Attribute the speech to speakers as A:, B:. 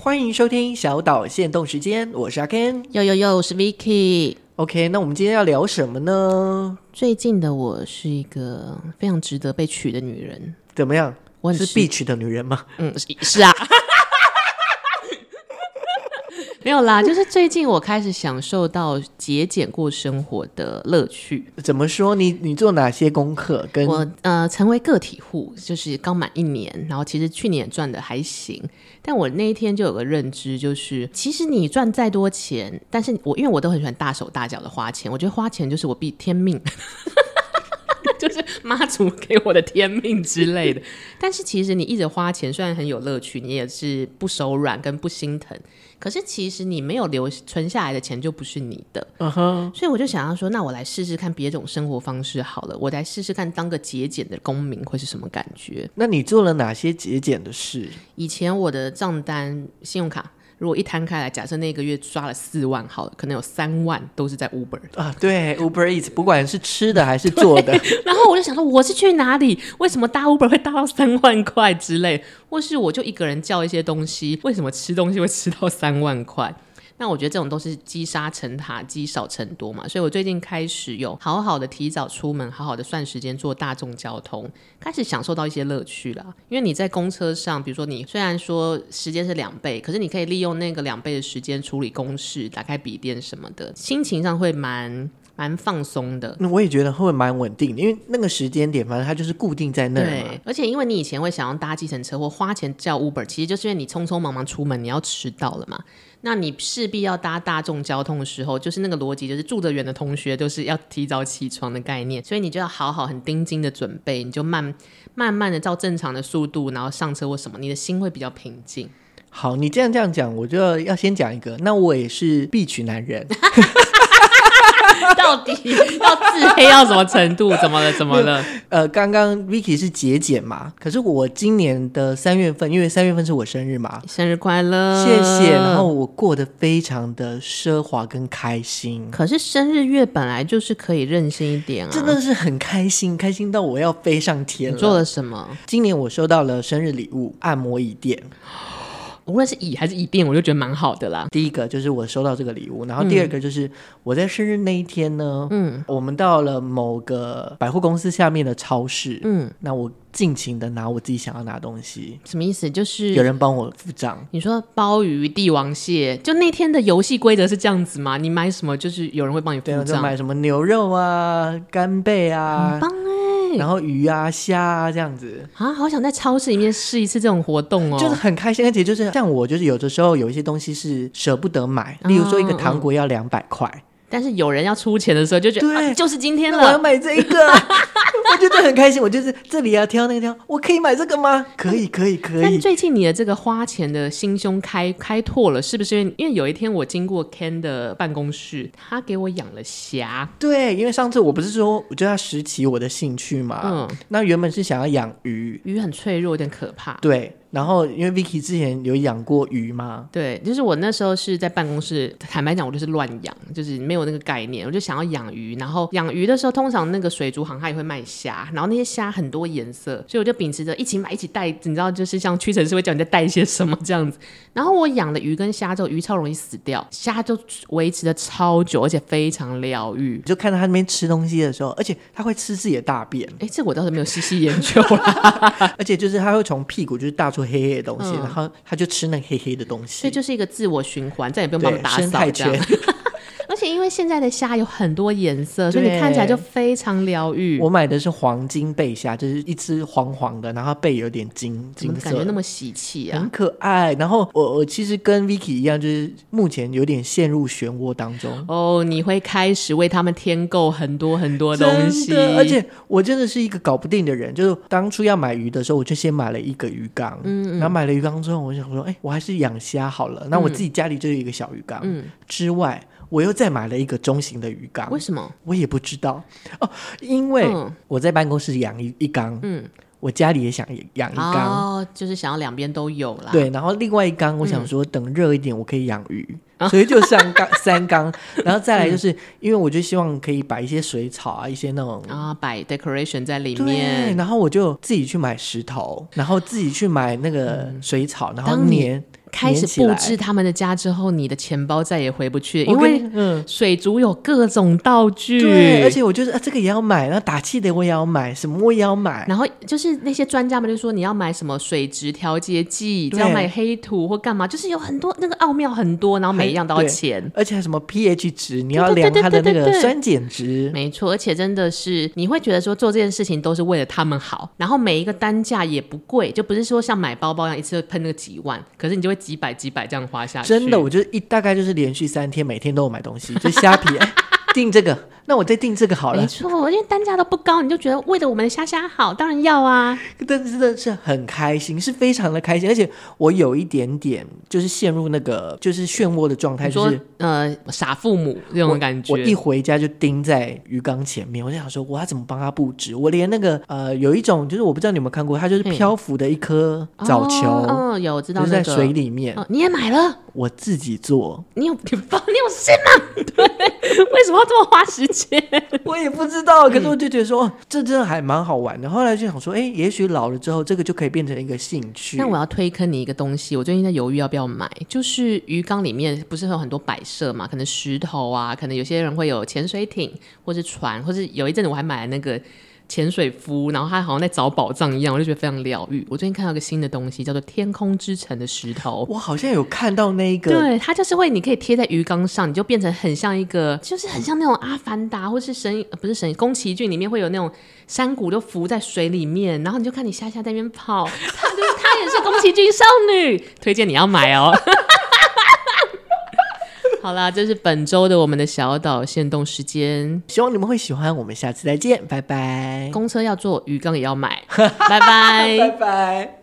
A: 欢迎收听小岛限动时间，我是阿 Ken。
B: 呦呦呦，我是 Vicky。
A: OK，那我们今天要聊什么呢？
B: 最近的我是一个非常值得被娶的女人，
A: 怎么样？
B: 我很
A: 是
B: 吃
A: Beach 的女人吗？
B: 嗯，是是啊， 没有啦，就是最近我开始享受到节俭过生活的乐趣。
A: 怎么说？你你做哪些功课？跟
B: 我呃成为个体户，就是刚满一年，然后其实去年赚的还行，但我那一天就有个认知，就是其实你赚再多钱，但是我因为我都很喜欢大手大脚的花钱，我觉得花钱就是我必天命。 就是妈祖给我的天命之类的，但是其实你一直花钱，虽然很有乐趣，你也是不手软跟不心疼，可是其实你没有留存下来的钱就不是你的，
A: 嗯哼，
B: 所以我就想要说，那我来试试看别种生活方式好了，我来试试看当个节俭的公民会是什么感觉。
A: 那你做了哪些节俭的事？
B: 以前我的账单、信用卡如果一摊开来，假设那个月刷了四万好了，可能有三万都是在 Uber
A: 啊，对，Uber Eats，不管是吃的还是做的，
B: 然后我就想说，我是去哪里？为什么搭 Uber 会搭到三万块之类？或是我就一个人叫一些东西，为什么吃东西会吃到三万块？ 那我觉得这种都是积沙成塔，积少成多嘛。所以我最近开始有好好的提早出门，好好的算时间坐大众交通，开始享受到一些乐趣啦。因为你在公车上，比如说你虽然说时间是两倍，可是你可以利用那个两倍的时间处理公事、打开笔电什么的，心情上会蛮蛮放松的。
A: 那我也觉得会蛮稳定的，因为那个时间点，反正它就是固定在那儿嘛
B: 对。，而且因为你以前会想要搭计程车或花钱叫 Uber，其实就是因为你匆匆忙忙出门，你要迟到了嘛。那你势必要搭大众交通的时候，就是那个逻辑，就是住得远的同学都是要提早起床的概念，所以你就要好好很盯紧的准备，你就慢慢慢的照正常的速度，然后上车或什么，你的心会比较平 静。
A: 好，你这样这样讲，我就要先讲一个。那我也是 Beach 男人，
B: 到底要自黑到什么程度？怎么了？怎么了？
A: 呃，刚刚 Vicky 是节俭嘛，可是我今年的三月份，因为三月份是我生日嘛，
B: 生日快乐！
A: 谢谢。然后我过得非常的奢华跟开心，
B: 可是生日月本来就是可以任性一点啊。
A: 真的是很开心，开心到我要飞上天
B: 你做
A: 了。
B: 了什么？
A: 今年我收到了生日礼物，按摩椅垫。
B: 无论是椅还是椅垫，我就觉得蛮好的啦。
A: 第一个就是我收到这个礼物，然后第
B: 嗯
A: 二个就是我在生日那一天呢，嗯，我们到了某个百货公司下面的超市，嗯
B: 嗯，
A: 那我尽情的拿我自己想要拿的东西，
B: 什么意思？就
A: 有
B: 是
A: 人帮我付账，
B: 你说鲍鱼、帝王蟹，就那天的游戏规则是这样子吗？你买什么，就是有人会帮你
A: 对啊，
B: 付
A: 就
B: 账，
A: 买什么牛肉啊、干贝啊
B: 很，棒哎、
A: 然后鱼啊、虾啊这样子，
B: 啊，好想在超市里面试一次这种活动哦。
A: 就是很开心，而且就是像我，就是有的时候有一些东西是舍不得买，
B: 哦
A: 例如说一个糖果要两百块，
B: 但是有人要出钱的时候，就觉得、
A: 对
B: 啊、就是今天
A: 那我要
B: 了。
A: 买这一 个，我觉得很开心。我就是这里要挑那个挑，我可以买这个吗？可以，可以，可
B: 嗯但是
A: 以。
B: 最近你的这个花钱的心胸开开拓了，是不是因为？因为有一天我经过 Ken 的办公室，他给我养了虾，
A: 对，因为上次我不是说我就要拾起我的兴趣嘛，
B: 嗯
A: 那原本是想要养鱼，
B: 鱼很脆弱，有点可怕。
A: 对，然后因为 Vicky 之前有养过鱼嘛，
B: 对，就是我那时候是在办公室，坦白讲，我就是乱养，就是没有那个概念，我就想要养鱼。然后养鱼的时候，通常那个水族行它也会卖虾，然后那些虾很多颜色，所以我就秉持着一起买一起带，你知道，就是像屈臣氏会叫你再带一些什么这样子。然后我养了鱼跟虾之后，鱼超容易死掉，虾就维持的超久，而且非常疗愈
A: 你。就看到他那边吃东西的时候，而且他会吃自己的大便，
B: 哎，这个我倒是没有细细研 究啦。
A: 而且就是他会从屁股就是大出黑黑的东西，
B: 嗯
A: 然后他就吃那黑黑的东
B: 所
A: 西
B: 以，就是一个自我循环，再也不用帮
A: 对
B: 忙打
A: 生
B: 扫
A: 态
B: 这样
A: 圈。。
B: 而且因为现在的虾有很多颜色，所以你看起来就非常疗愈。
A: 我买的是黄金贝虾，就是一只黄黄的，然后背有点金
B: 怎
A: 金
B: 么
A: 色嗯
B: 感
A: 的，
B: 觉那么喜气啊
A: 很？可爱。然后我我其实跟 Vicky 一样，就是目前有点陷入漩涡当中。
B: 哦，你会开始为他们添购很多很多东西，
A: 真的而且我真的是一个搞不定的人。就是当初要买鱼的时候，我就先买了一个鱼缸，
B: 嗯
A: 然后买了鱼缸之后，我想说，哎、我还是养虾好了。那我自己家里就有一个小鱼缸，
B: 嗯
A: 之外，我又再买了一个中型的鱼缸
B: 啊为。什么？
A: 我也不知道哦，因为
B: 嗯
A: 我在办公室养一一缸，嗯，我家里也想养一缸，
B: 哦，就是想要两边都有啦。，
A: 对，然后另外一缸，我想
B: 嗯
A: 说等热一点，我可以养鱼，
B: 哦
A: 所以就上缸 三缸，然后再
B: 嗯
A: 来就是、因为我就希望可以摆一些水草啊，一些那种。
B: 啊，摆 decoration 在里
A: 对，
B: 面。
A: 然后我就自己去买石头，然后自己去买那个水草，然后
B: 嗯当你
A: 粘
B: 开始
A: 粘起
B: 布
A: 来
B: 置他们的家之后，你的钱包再也回不去，因
A: 我跟
B: 为
A: 嗯。
B: 水族有各种道具，
A: 对，而且我就是啊，这个也要买，然后打气的我也要买，什么我也要买，
B: 然后就是那些专家们就说你要买什么水质调节剂，
A: 对
B: 要买黑土或干嘛，就是有很多那个奥妙很多，然后每一样都要
A: 对
B: 钱。
A: 而且还什么 pH 值，你要
B: 对对
A: 量
B: 对
A: 它的
B: 对
A: 那
B: 对
A: 个
B: 对
A: 酸碱值，
B: 没错，而且真的是你会觉得说做这件事情都是为了他们好，然后每一个单价也不贵，就不是说像买包包一样一次喷那个几万，可是你就会几百几百这样花下去。
A: 真的，我就是一大概就是连续三天，每天都有买东西，就虾皮、 哎订这个，那我再订这个好
B: 没
A: 了。
B: 错，因为单价都不高，你就觉得为了我们的虾虾好，当然要啊。
A: 但真的是很开心，是非常的开心，而且我有一点点就是陷入那个就是漩涡的状态，
B: 你
A: 哎就
B: 说
A: 是
B: 呃傻父母这种感觉，
A: 我一回家就盯在鱼缸前面，我就想说，我要怎么帮他布置？我连那个呃，有一种就是我不知道你有没有看过，它就是漂浮的一颗藻球，
B: 哦，哦有知道
A: 就是
B: 那
A: 在
B: 个
A: 水里面，
B: 哦，你也买了。
A: 我自己做，
B: 你有你包你有事吗？ 对，为什么要这么花时间？
A: 我也不知道，可是我就觉得说，哦，这真的还蛮好玩的。后来就想说，哎，也许老了之后，这个就可以变成一个兴趣。
B: 那我要推坑你一个东西，我最近在犹豫要不要买，就是鱼缸里面不是会有很多摆设嘛，可能石头啊，可能有些人会有潜水艇或是船，或是有一阵子我还买了那个。潜水夫，然后他好像在找宝藏一样，我就觉得非常疗愈。我最近看到一个新的东西，叫做“天空之城”的石头，
A: 我好像有看到那一个，
B: 对，它就是会，你可以贴在鱼缸上，你就变成很像一个，就是很像那种阿凡达或是神，呃不是神，宫崎骏里面会有那种山谷都浮在水里面，然后你就看你虾虾在那边跑，它就是它也是宫崎骏少女，推荐你要买哦。 好啦，这是本周的我们的小岛限动时间，
A: 希望你们会喜欢。我们下次再见，拜拜，
B: 公车要坐，鱼缸也要买，拜拜
A: 拜拜。